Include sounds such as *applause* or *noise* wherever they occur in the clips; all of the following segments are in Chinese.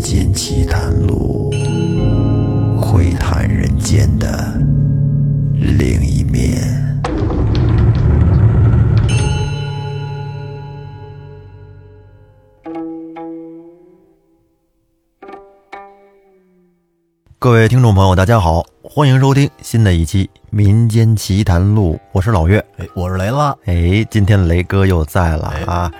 间奇谈录》，会谈人间的另一面。各位听众朋友，大家好，欢迎收听新的一期《民间奇谈录》，我是老岳。哎，我是雷哎拉。哎，今天雷哥又在了啊！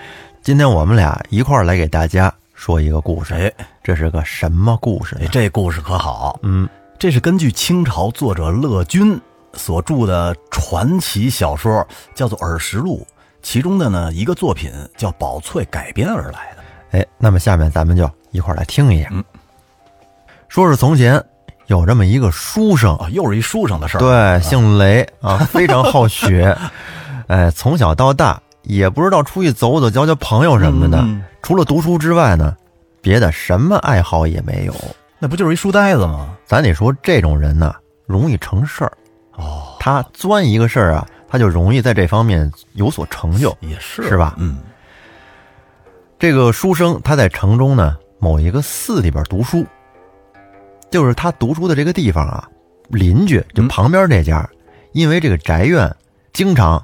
今天我们俩一块儿来给大家说一个故事。哎，这是个什么故事哎呢，？这故事可好，嗯，这是根据清朝作者乐君所著的传奇小说，叫做《耳石录》，其中的呢一个作品叫《宝翠》改编而来的。哎，那么下面咱们就一块儿来听一下。嗯说是从前有这么一个书生，啊，又是一书生的事儿。对，姓雷啊，非常好 *laughs* 学，哎，从小到大也不知道出去走走、交交朋友什么的，嗯嗯除了读书之外呢，别的什么爱好也没有。那不就是一书呆子吗？咱得说这种人呢，容易成事儿。哦，他钻一个事儿啊，他就容易在这方面有所成就。也是，是吧嗯，这个书生他在城中呢某一个寺里边读书，就是他读书的这个地方啊，邻居就嗯旁边这家，因为这个宅院经常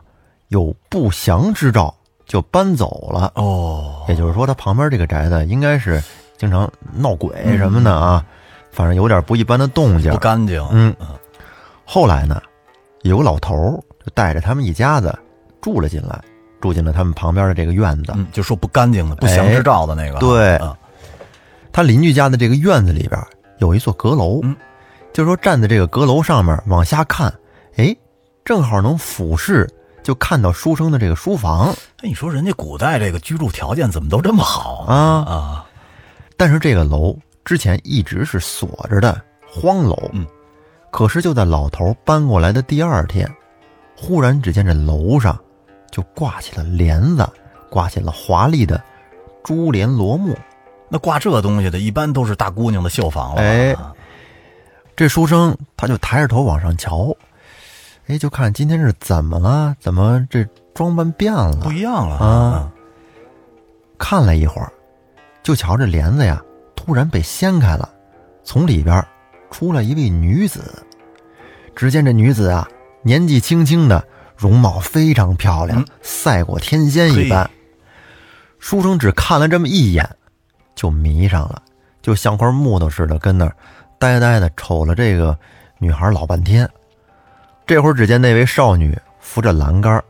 有不祥之兆，就搬走了。哦，也就是说，他旁边这个宅子应该是经常闹鬼什么的啊，反正有点不一般的动静嗯不。干净。嗯，后来呢，有个老头儿就带着他们一家子住了进来，住进了他们旁边的这个院子。嗯，就说不干净的、不祥之兆的那个。哎对嗯他邻居家的这个院子里边有一座阁楼，嗯就是说站在这个阁楼上面往下看，哎，正好能俯视，就看到书生的这个书房哎，你说人家古代这个居住条件怎么都这么好啊？啊。啊，但是这个楼之前一直是锁着的荒楼，嗯可是就在老头搬过来的第二天，忽然只见这楼上就挂起了帘子，挂起了华丽的珠帘罗幕。那挂这东西的，一般都是大姑娘的绣房了吧。哎这书生他就抬着头往上瞧，哎，就看今天是怎么了？怎么这装扮变了不？一样了啊！看了一会儿，就瞧这帘子呀，突然被掀开了，从里边出来一位女子。只见这女子啊，年纪轻轻的，容貌非常漂亮，嗯赛过天仙一般嘿。书生只看了这么一眼，就迷上了，就像块木头似的，跟那儿呆呆的瞅了这个女孩老半天。这会儿，只见那位少女扶着栏杆儿，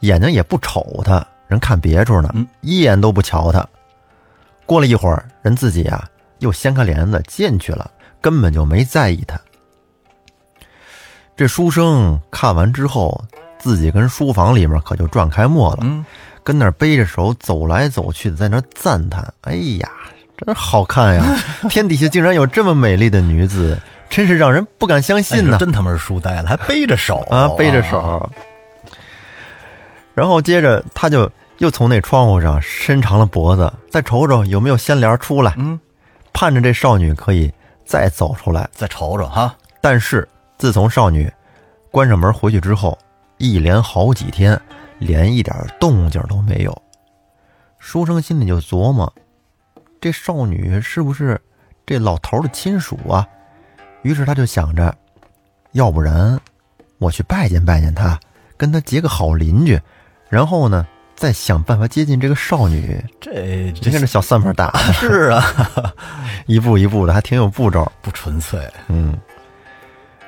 眼睛也不瞅他，人看别处呢嗯，一眼都不瞧他。过了一会儿，人自己啊又掀开帘子进去了，根本就没在意他。这书生看完之后，自己跟书房里面可就转开磨了，嗯，跟那儿背着手走来走去，在那儿赞叹：“哎呀，真好看 *laughs* 呀！天底下竟然有这么美丽的女子，真是让人不敢相哎信呐、真他妈是书呆子，还背着手啊，背着手。然后接着他就又从那窗户上伸长了脖子，再瞅瞅有没有掀帘出来，嗯，盼着这少女可以再走出来。再瞅瞅哈，但是自从少女关上门回去之后，一连好几天，连一点动静都没有。书生心里就琢磨，这少女是不是这老头儿的亲属啊？于是他就想着，要不然我去拜见拜见她，跟她结个好邻居，然后呢，再想办法接近这个少女。这你这看这小算盘打，是啊， *laughs* 一步一步的，还挺有步骤。不纯粹，嗯，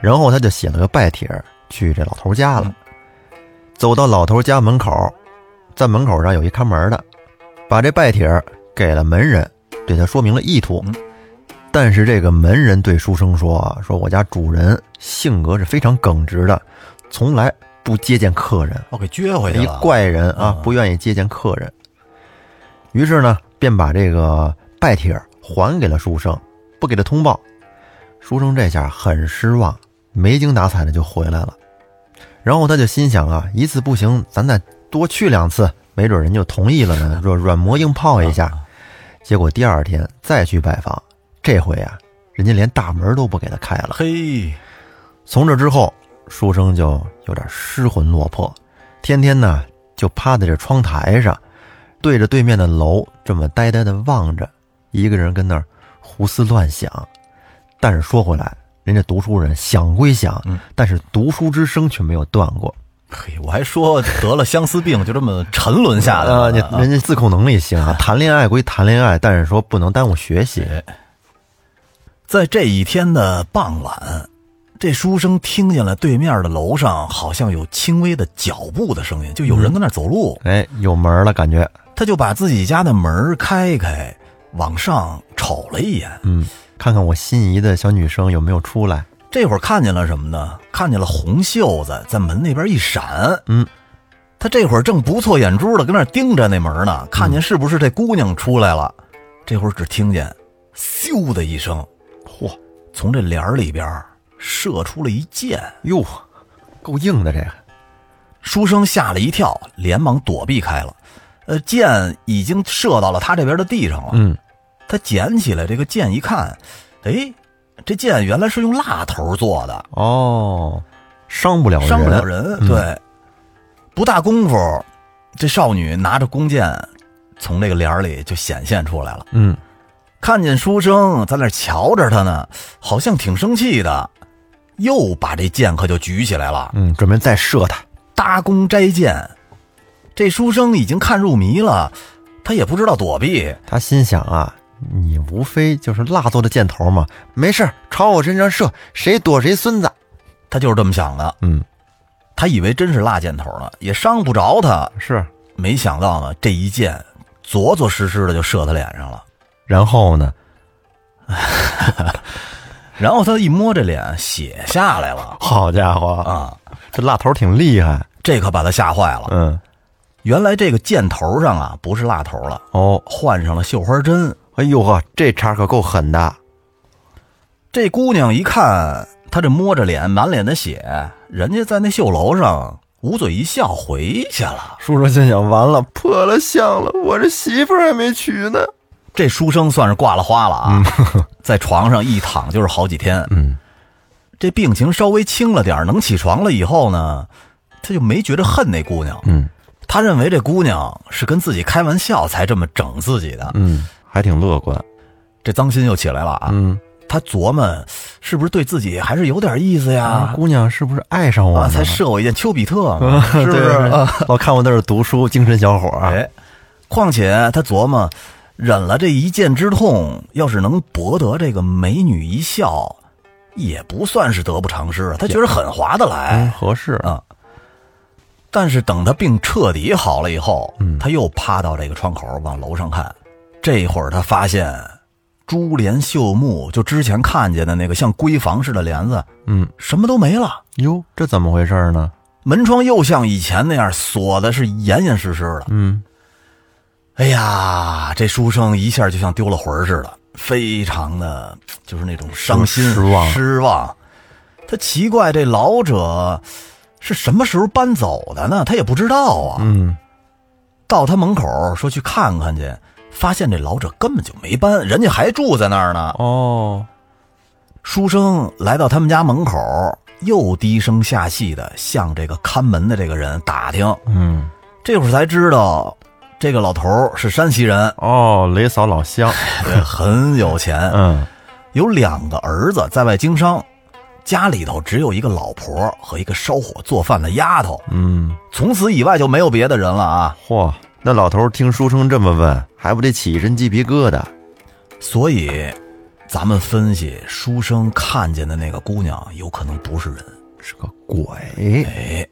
然后他就写了个拜帖儿去这老头家了。走到老头家门口，在门口上有一看门的，把这拜帖儿给了门人，对他说明了意图。嗯但是这个门人对书生说啊：“说我家主人性格是非常耿直的，从来不接见客人，哦我给撅回去一了。怪人啊，嗯不愿意接见客人。于是呢，便把这个拜帖儿还给了书生，不给他通报。书生这下很失望，没精打采的就回来了。然后他就心想啊，一次不行，咱再多去两次，没准人就同意了 *laughs* 呢，软软磨硬泡一啊下。结果第二天再去拜访，这回啊，人家连大门都不给他开了。嘿，从这之后，书生就有点失魂落魄，天天呢就趴在这窗台上，对着对面的楼这么呆呆的望着，一个人跟那儿胡思乱想。但是说回来，人家读书人想归想，但是读书之声却没有断过。嘿，我还说得了相思病，就这么沉沦下来啊，了你呢。人家自控能力行 *laughs* 啊，谈恋爱归谈恋爱，但是说不能耽误学习。在这一天的傍晚，这书生听见了对面的楼上好像有轻微的脚步的声音，就有人跟那儿走路。哎，有门儿了，感觉他就把自己家的门儿开开，往上瞅了一眼。嗯，看看我心仪的小女生有没有出来。这会儿看见了什么呢？看见了红袖子在门那边一闪。嗯，他这会儿正不错眼珠了，跟那儿盯着那门嗯呢，看见是不是这姑娘出来了。这会儿只听见“咻”的一声，嚯，从这帘儿里边射出了一箭。哟，够硬的这个。书生吓了一跳，连忙躲避开了。呃，箭已经射到了他这边的地上了。嗯，他捡起来这个箭一看，哎，这箭原来是用蜡头做的，哦，伤不了人，伤不了人。嗯对，不大功夫，这少女拿着弓箭从这个帘儿里就显现出来了。嗯，看见书生在那儿瞧着他呢，好像挺生气的，又把这剑可就举起来了，嗯，准备再射他。搭弓摘箭。这书生已经看入迷了，他也不知道躲避，他心想啊，你无非就是蜡做的箭头嘛，没事儿，朝我身上射，谁躲谁孙子。他就是这么想的。嗯，他以为真是蜡箭头呢，也伤不着他。是。没想到呢，这一箭左左实实的就射他脸上了。然后呢？然后他一摸这脸，血下来了好家伙，啊！这蜡头挺厉害。这可把他吓坏了。嗯，原来这个箭头上啊，不是蜡头了，哦，换上了绣花针。哎呦呵，这茬可够狠的。这姑娘一看他这摸着脸满脸的血，人家在那绣楼上捂嘴一笑回去了。书生心想，完了，破了相了，我这媳妇儿还没娶呢。这书生算是挂了花了啊， *laughs* 在床上一躺就是好几天。嗯，这病情稍微轻了点儿，能起床了以后呢，他就没觉着恨那姑娘。嗯他认为这姑娘是跟自己开玩笑才这么整自己的，嗯，还挺乐观。这脏心又起来了啊！嗯他琢磨是不是对自己还是有点意思呀？啊姑娘是不是爱上我啊，了？才射我一箭丘比特 *laughs* 嘛，是不是？对啊，老看我在这儿读书，精神小伙儿。啊哎，况且他琢磨，忍了这一箭之痛，要是能博得这个美女一笑，也不算是得不偿失。啊他觉得很划得来。嗯，合适啊但是等他病彻底好了以后，嗯他又趴到这个窗口往楼上看。这会儿他发现，珠帘绣幕，就之前看见的那个像闺房似的帘子，嗯，什么都没了。哟，这怎么回事儿呢？门窗又像以前那样锁的是严严实实的。嗯，哎呀，这书生一下就像丢了魂儿似的，非常的就是那种伤心、失望失望。他奇怪，这老者是什么时候搬走的呢？他也不知道啊。嗯，到他门口说去看看去，发现这老者根本就没搬，人家还住在那儿呢。哦，书生来到他们家门口，又低声下气的向这个看门的这个人打听，嗯，这会儿才知道这个老头儿是山 *laughs* 西人，哦，雷嫂老乡，对很有钱，嗯，有两个儿子在外经商，家里头只有一个老婆和一个烧火做饭的丫头，嗯，从此以外就没有别的人了啊。嚯，那老头儿听书生这么问，还不得起一身鸡皮疙瘩？所以，咱们分析书生看见的那个姑娘，有可能不是人。是个鬼。哎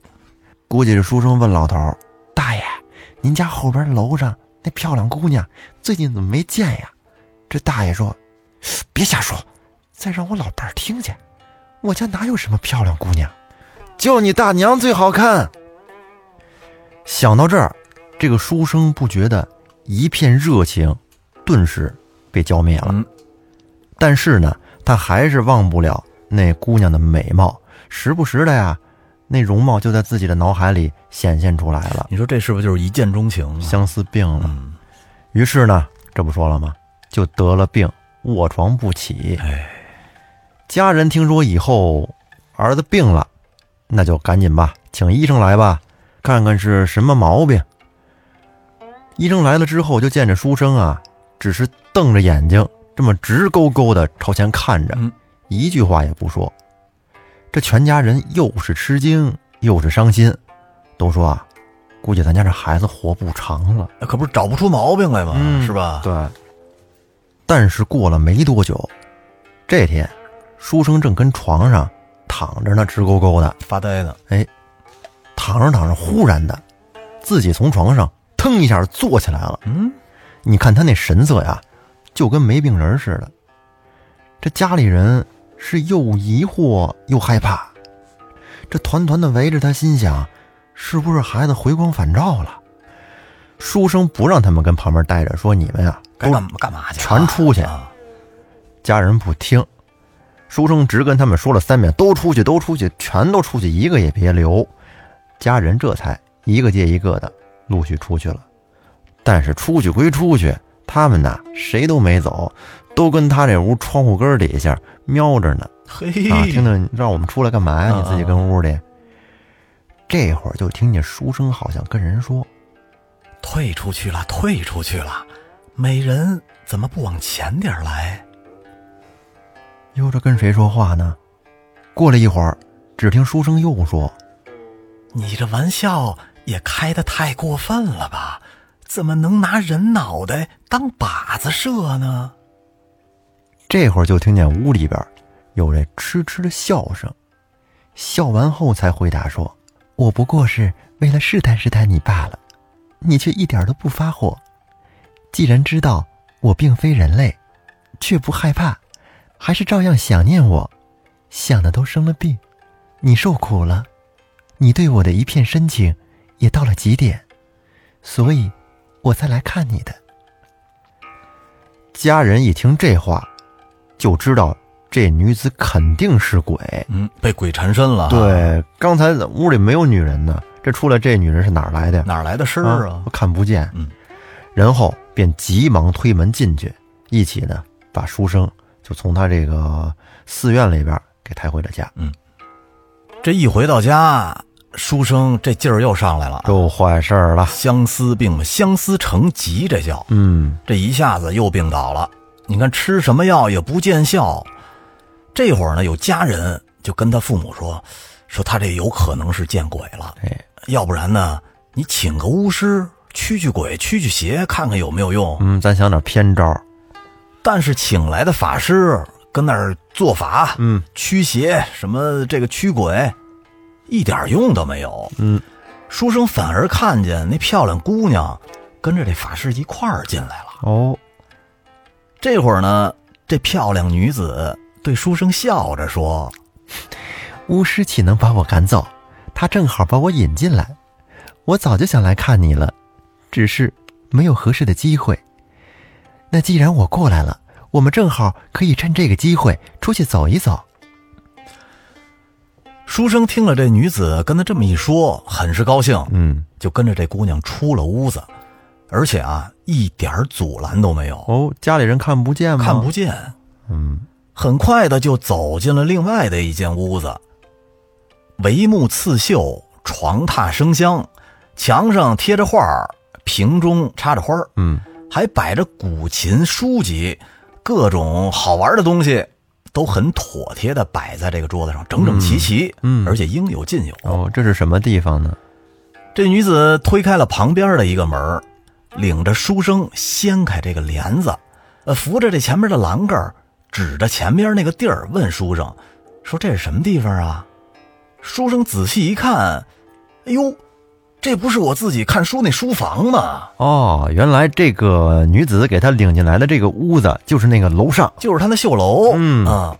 估计是书生问老头儿：“大爷，您家后边楼上那漂亮姑娘最近怎么没见呀？”这大爷说：“别瞎说，再让我老伴儿听见，我家哪有什么漂亮姑娘，就你大娘最好看。”想到这儿，这个书生不觉得一片热情顿时被浇灭了。嗯，但是呢，他还是忘不了那姑娘的美貌，时不时的呀，那容貌就在自己的脑海里显现出来了，你说这是不是就是一见钟情啊？相思病了。嗯，于是呢，这不说了吗？就得了病，卧床不起。哎，家人听说以后儿子病了，那就赶紧吧，请医生来吧，看看是什么毛病。医生来了之后，就见着书生啊，只是瞪着眼睛，这么直勾勾的朝前看着，嗯一句话也不说。这全家人又是吃惊又是伤心，都说啊，估计咱家这孩子活不长了。那可不是找不出毛病来吗？嗯是吧？对。但是过了没多久，这天，书生正跟床上躺着呢，直勾勾的，发呆呢，哎，躺着躺着，忽然的，自己从床上腾一下坐起来了。嗯，你看他那神色呀，就跟没病人似的。这家里人是又疑惑又害怕，这团团的围着他，心想是不是孩子回光返照了？书生不让他们跟旁边待着，说你们呀，该都干嘛干嘛去啊？全出去啊！家人不听。书生直跟他们说了三遍，都出去，都出去，全都出去，一个也别留。家人这才一个接一个的陆续出去了。但是出去归出去，他们呐谁都没走，都跟他这屋窗户根儿底下瞄着呢。嘿，啊，听听，你让我们出来干嘛呀？啊你自己跟屋里。这会儿就听见书生好像跟人说退出去了，退出去了，美人怎么不往前点儿来？：“哟，这跟谁说话呢？”过了一会儿，只听书生又说你这玩笑也开得太过分了吧？怎么能拿人脑袋当靶子射呢？这会儿就听见屋里边有这嗤嗤的笑声，笑完后才回答说：“我不过是为了试探试探你罢了，你却一点都不发火。既然知道我并非人类，却不害怕，还是照样想念我，想的都生了病，你受苦了，你对我的一片深情也到了极点，所以我才来看你的。”家人一听这话，就知道这女子肯定是鬼。嗯，被鬼缠身了。，对，刚才屋里没有女人呢，这出来这女人是哪儿来的呀？哪儿来的事儿啊？看不见。嗯，然后便急忙推门进去，一起呢把书生就从他这个寺院里边给抬回了家。啊这一回到家，书生这劲儿又上来了，又坏事儿了。相思病嘛，相思成疾，这叫嗯，这一下子又病倒了。你看吃什么药也不见效。这会儿呢，有家人就跟他父母说，说他这有可能是见鬼了，哎，要不然呢，你请个巫师驱驱鬼、驱驱邪，看看有没有用。嗯，咱想点偏招儿。但是请来的法师跟那儿做法，嗯，驱邪什么这个驱鬼，一点用都没有。嗯，书生反而看见那漂亮姑娘跟着这法师一块儿进来了。哦，这会儿呢，这漂亮女子对书生笑着说巫师岂能把我赶走？他正好把我引进来。我早就想来看你了，只是没有合适的机会。那既然我过来了，我们正好可以趁这个机会出去走一走。：“书生听了这女子跟他这么一说，很是高兴，嗯，就跟着这姑娘出了屋子，而且啊，一点儿阻拦都没有，哦，家里人看不见吗？看不见。嗯，很快的就走进了另外的一间屋子，帷幕刺绣，床榻生香，墙上贴着画儿，瓶中插着花儿，嗯，还摆着古琴、书籍，各种好玩的东西，都很妥帖的摆在这个桌子上，整整齐齐，嗯嗯而且应有尽有。哦，这是什么地方呢？这女子推开了旁边的一个门儿，领着书生掀开这个帘子，呃，扶着这前面的栏杆儿，指着前面那个地儿问书生说：“这是什么地方啊？”书生仔细一看，哎呦，这不是我自己看书那书房吗？哦，原来这个女子给他领进来的这个屋子就是那个楼上。就是他那绣楼。嗯啊，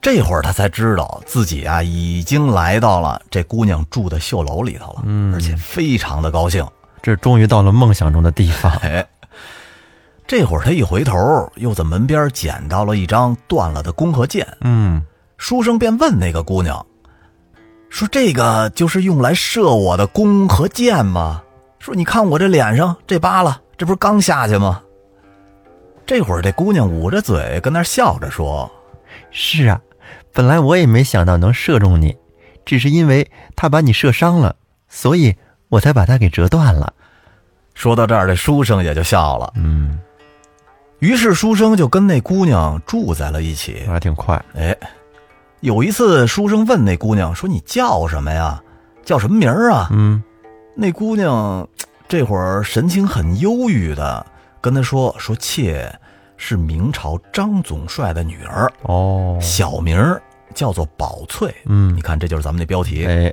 这会儿他才知道自己啊已经来到了这姑娘住的绣楼里头了，嗯而且非常的高兴。这终于到了梦想中的地方。哎，这会儿他一回头，又在门边捡到了一张断了的弓和箭。嗯，书生便问那个姑娘，说：“这个就是用来射我的弓和箭吗？”说：“你看我这脸上这疤了，这不是刚下去吗？”这会儿这姑娘捂着嘴跟那儿笑着说：“是啊，本来我也没想到能射中你，只是因为他把你射伤了，所以我才把它给折断了。说到这儿，这书生也就笑了。嗯，于是书生就跟那姑娘住在了一起。还挺快。哎，有一次书生问那姑娘说：“你叫什么呀？叫什么名儿啊嗯，？”那姑娘嘖这会儿神情很忧郁的跟他说：“说妾是明朝张总帅的女儿，哦，小名儿叫做宝翠。”嗯你，看，这就是咱们那标题。哎，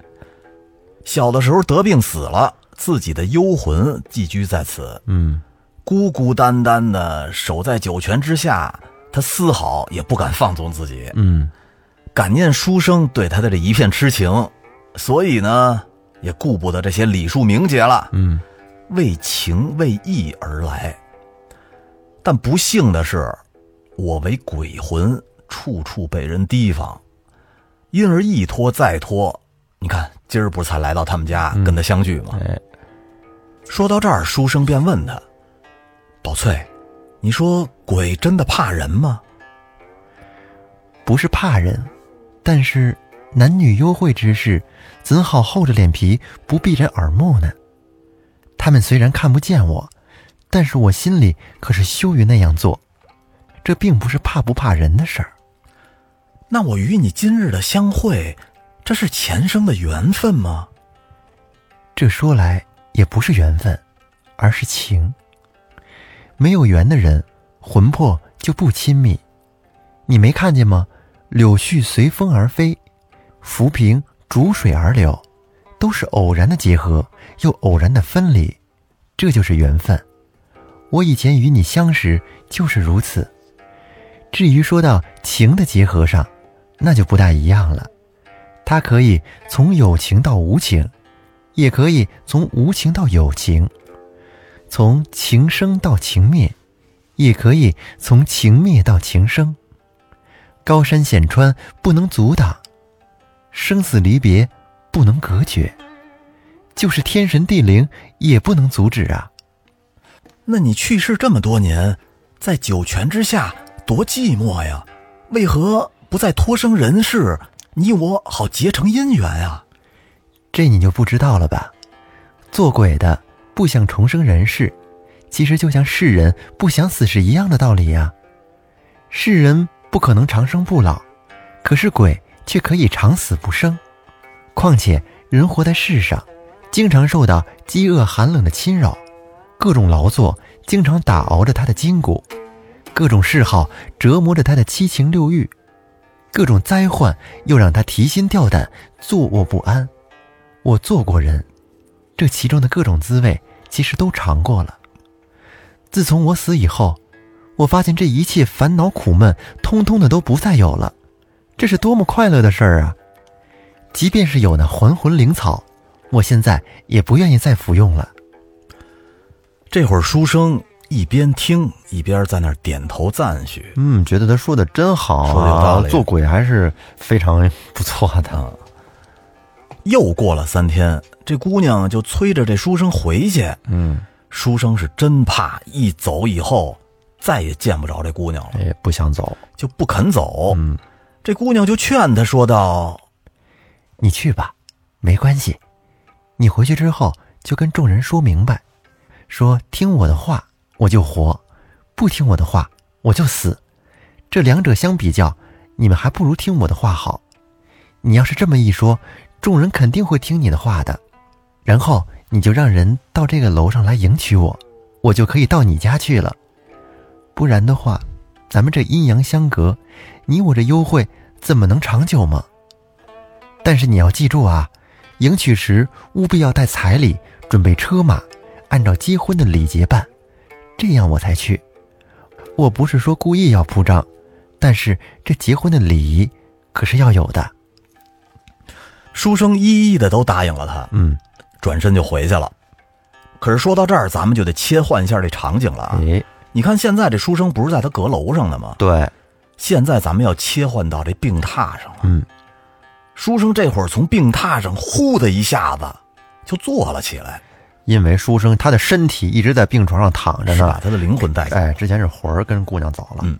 小的时候得病死了，自己的幽魂寄居在此，嗯，孤孤单单的守在九泉之下，他丝毫也不敢放纵自己，嗯，感念书生对他的这一片痴情，所以呢，也顾不得这些礼数名节了，嗯，为情为义而来。但不幸的是，我为鬼魂，处处被人提防，因而一拖再拖。你看，今儿不是才来到他们家、跟他相聚吗？哎，说到这儿，书生便问他：“宝翠，你说鬼真的怕人吗不是怕人，但是男女幽会之事，怎好厚着脸皮不避人耳目呢？他们虽然看不见我，但是我心里可是羞于那样做。这并不是怕不怕人的事儿。？”那我与你今日的相会，这是前生的缘分吗？这说来也不是缘分，而是情。没有缘的人，魂魄就不亲密。你没看见吗？柳絮随风而飞，浮萍逐水而流，都是偶然的结合，又偶然的分离，这就是缘分。我以前与你相识就是如此。至于说到情的结合上，那就不大一样了。它可以从有情到无情，也可以从无情到有情，从情生到情灭，也可以从情灭到情生。高山险川不能阻挡，生死离别不能隔绝，就是天神地灵也不能阻止啊！那你去世这么多年，在九泉之下多寂寞呀，为何不再托生人世，你我好结成姻缘呀？这你就不知道了吧？做鬼的不想重生人世，其实就像世人不想死是一样的道理呀、世人不可能长生不老，可是鬼却可以长死不生。况且人活在世上，经常受到饥饿、寒冷的侵扰，各种劳作经常打熬着他的筋骨，各种嗜好折磨着他的七情六欲，各种灾患又让他提心吊胆、坐卧不安。我做过人，这其中的各种滋味其实都尝过了。自从我死以后，我发现这一切烦恼苦闷，通通的都不再有了，这是多么快乐的事儿啊！即便是有那还魂灵草，我现在也不愿意再服用了。这会儿书生一边听一边在那儿点头赞许。嗯，觉得他说的真好啊说得有道理做鬼还是非常不错的。又过了三天，这姑娘就催着这书生回去。嗯，书生是真怕一走以后再也见不着这姑娘了，也不想走。就不肯走。嗯，这姑娘就劝他说道你去吧，没关系。你回去之后就跟众人说明白，说听我的话我就活，不听我的话我就死。这两者相比较，你们还不如听我的话好。你要是这么一说，众人肯定会听你的话的。然后你就让人到这个楼上来迎娶我，我就可以到你家去了。不然的话，咱们这阴阳相隔，你我这幽会怎么能长久吗？但是你要记住啊，迎娶时务必要带彩礼，准备车马，按照结婚的礼节办，这样我才去。我不是说故意要铺张，但是这结婚的礼仪可是要有的。：“书生一一的都答应了他。”嗯，转身就回去了。可是说到这儿，咱们就得切换一下这场景了啊！哎，你看现在这书生不是在他阁楼上呢吗？对，现在咱们要切换到这病榻上了。嗯，书生这会儿从病榻上呼的一下子就坐了起来，因为书生他的身体一直在病床上躺着是把呢。他的灵魂带走。哎，之前是魂儿跟姑娘走了。嗯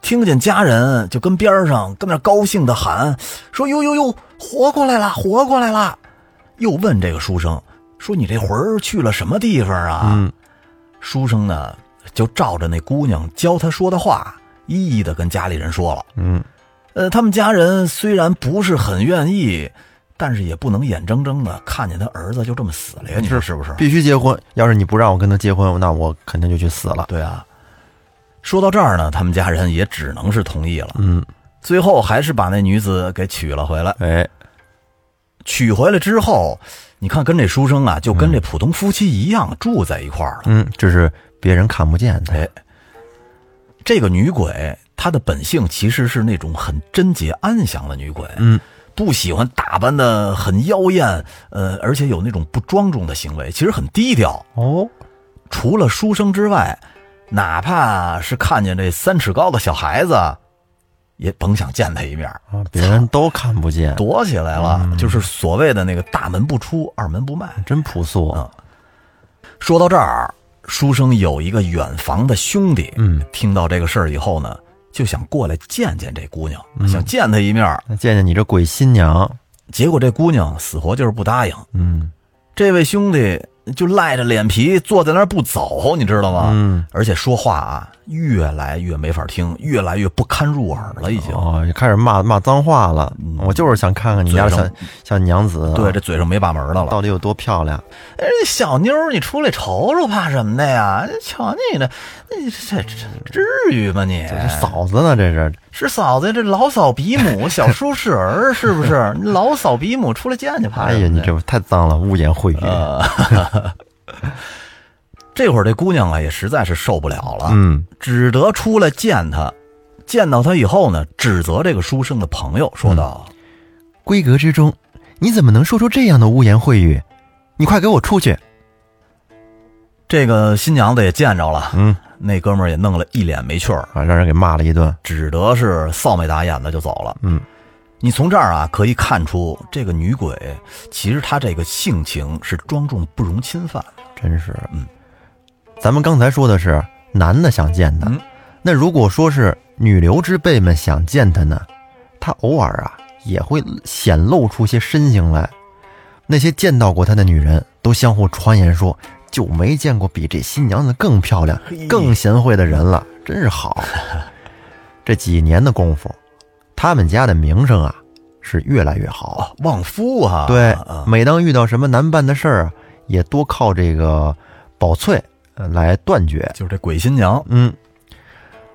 听见家人就跟边儿上跟那儿高兴的喊说：“呦呦呦，活过来了，活过来了！”又问这个书生说：“你这魂儿去了什么地方啊？”嗯书生呢就照着那姑娘教他说的话，一一的跟家里人说了。嗯呃，他们家人虽然不是很愿意，但是也不能眼睁睁的看见他儿子就这么死了呀，你说是不是？必须结婚。要是你不让我跟他结婚，那我肯定就去死了。对啊。说到这儿呢，他们家人也只能是同意了，嗯，最后还是把那女子给娶了回来。哎，娶回来之后，你看跟这书生啊，就跟这普通夫妻一样住在一块儿了。嗯，这是别人看不见的。哎，这个女鬼她的本性其实是那种很贞洁安详的女鬼，嗯，不喜欢打扮的很妖艳，呃，而且有那种不庄重的行为，其实很低调。哦，除了书生之外，哪怕是看见这三尺高的小孩子，也甭想见他一面，啊，别人都看不见，躲起来了。就是所谓的那个大门不出，二门不迈。真朴素。啊嗯说到这儿，书生有一个远房的兄弟，嗯，听到这个事儿以后呢，就想过来见见这姑娘，想见她一面儿。那见见你这鬼新娘，结果这姑娘死活就是不答应，嗯这位兄弟就赖着脸皮坐在那儿不走，你知道吗？嗯，而且说话啊，越来越没法听，越来越不堪入耳了，已经。哦，也开始骂骂脏话了。我就是想看看你家嗯嘴小上小娘子，啊对，，这嘴上没把门的了。到底有多漂亮？哎，这小妞儿，你出来瞅瞅，怕什么的呀？瞧你那，你这这这至于吗你？这嫂子呢？这是是嫂子，这老嫂比 *laughs* 母，小叔侄儿，是不是？你老嫂比母出来见见，怕哎什么呀，呀你这太脏了，污言秽语。呃这会儿这姑娘啊，也实在是受不了了，嗯只得出来见他。见到他以后呢，指责这个书生的朋友，说道：“嗯闺阁之中，你怎么能说出这样的污言秽语？你快给我出去！这个新娘子也见着了，嗯，那哥们儿也弄了一脸没趣儿，啊，让人给骂了一顿。只得是扫眉打眼的就走了。嗯，你从这儿啊可以看出，这个女鬼其实她这个性情是庄重不容侵犯。真是。嗯，咱们刚才说的是男的想见他，嗯那如果说是女流之辈们想见他呢，他偶尔啊也会显露出些身形来。那些见到过他的女人都相互传言说，就没见过比这新娘子更漂亮嘿、更贤惠的人了，真是 *laughs* 好。这几年的功夫，他们家的名声啊是越来越好。哦，旺夫啊，对啊，每当遇到什么难办的事儿啊，也多靠这个宝翠呃来断绝。就是这鬼新娘，嗯，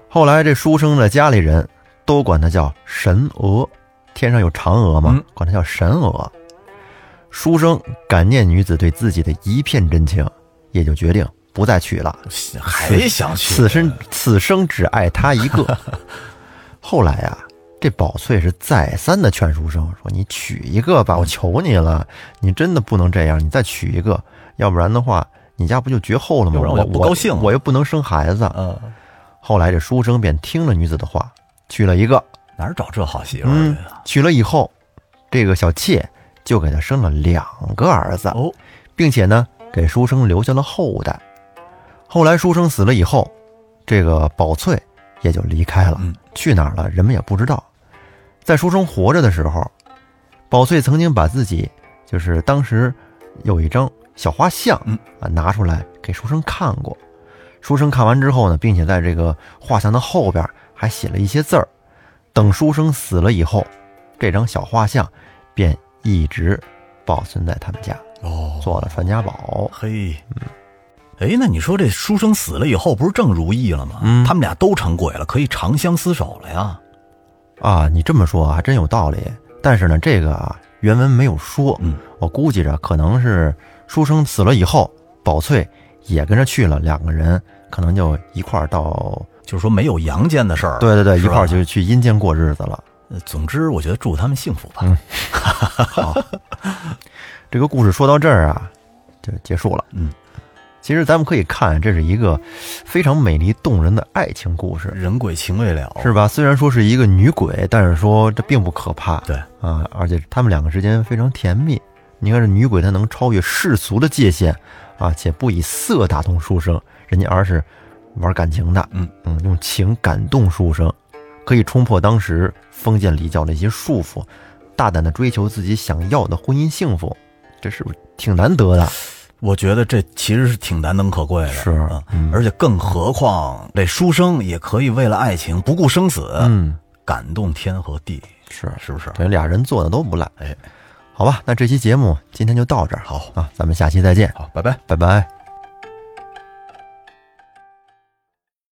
后来这书生的家里人都管他叫神娥，天上有嫦娥嘛嗯，管他叫神娥。书生感念女子对自己的一片真情，也就决定不再娶了，还想去此生此生只爱她一 *laughs* 个。后来呀、这宝翠是再三的劝书生说：“你娶一个嗯吧，我求你了，你真的不能这样，你再娶一个，要不然的话，你家不就绝后了吗？要不然我我就不高兴了我又不能生孩子。嗯，后来这书生便听了女子的话，娶了一个。哪儿找这好媳妇儿嗯去啊？，娶了以后，这个小妾就给他生了两个儿子，哦，并且呢，给书生留下了后代。后来书生死了以后，这个宝翠也就离开了，嗯去哪儿了人们也不知道。在书生活着的时候，宝翠曾经把自己就是当时有一张小画像，嗯啊拿出来给书生看过。书生看完之后呢，并且在这个画像的后边还写了一些字儿。等书生死了以后，这张小画像便一直保存在他们家。哦，做了传家宝。嘿，嗯哎，那你说这书生死了以后，不是正如意了吗？嗯他们俩都成鬼了，可以长相厮守了呀。啊，你这么说啊，还真有道理。但是呢，这个啊，原文没有说，嗯我估计着可能是书生死了以后，宝翠也跟着去了，两个人可能就一块儿到，就是说没有阳间的事儿。对对对，一是吧块儿就去阴间过日子了。呃总之，我觉得祝他们幸福吧。这个故事说到这儿啊，就结束了。嗯，其实咱们可以看，这是一个非常美丽动人的爱情故事，人鬼情未了，嗯是吧？虽然说是一个女鬼，但是说这并不可怕。对啊，而且他们两个之间非常甜蜜。你看这女鬼，她能超越世俗的界限啊，且不以色打动书生，人家而是玩感情的，嗯嗯，用情感动书生，可以冲破当时封建礼教的一些束缚，大胆的追求自己想要的婚姻幸福，这是不是挺难得的？我觉得这其实是挺难能可贵的，是嗯嗯而且更何况这书生也可以为了爱情不顾生死，嗯，感动天和地，是是不是？等于俩人做的都不赖。哎，好吧，那这期节目今天就到这儿，好啊，咱们下期再见，好，拜拜。拜拜。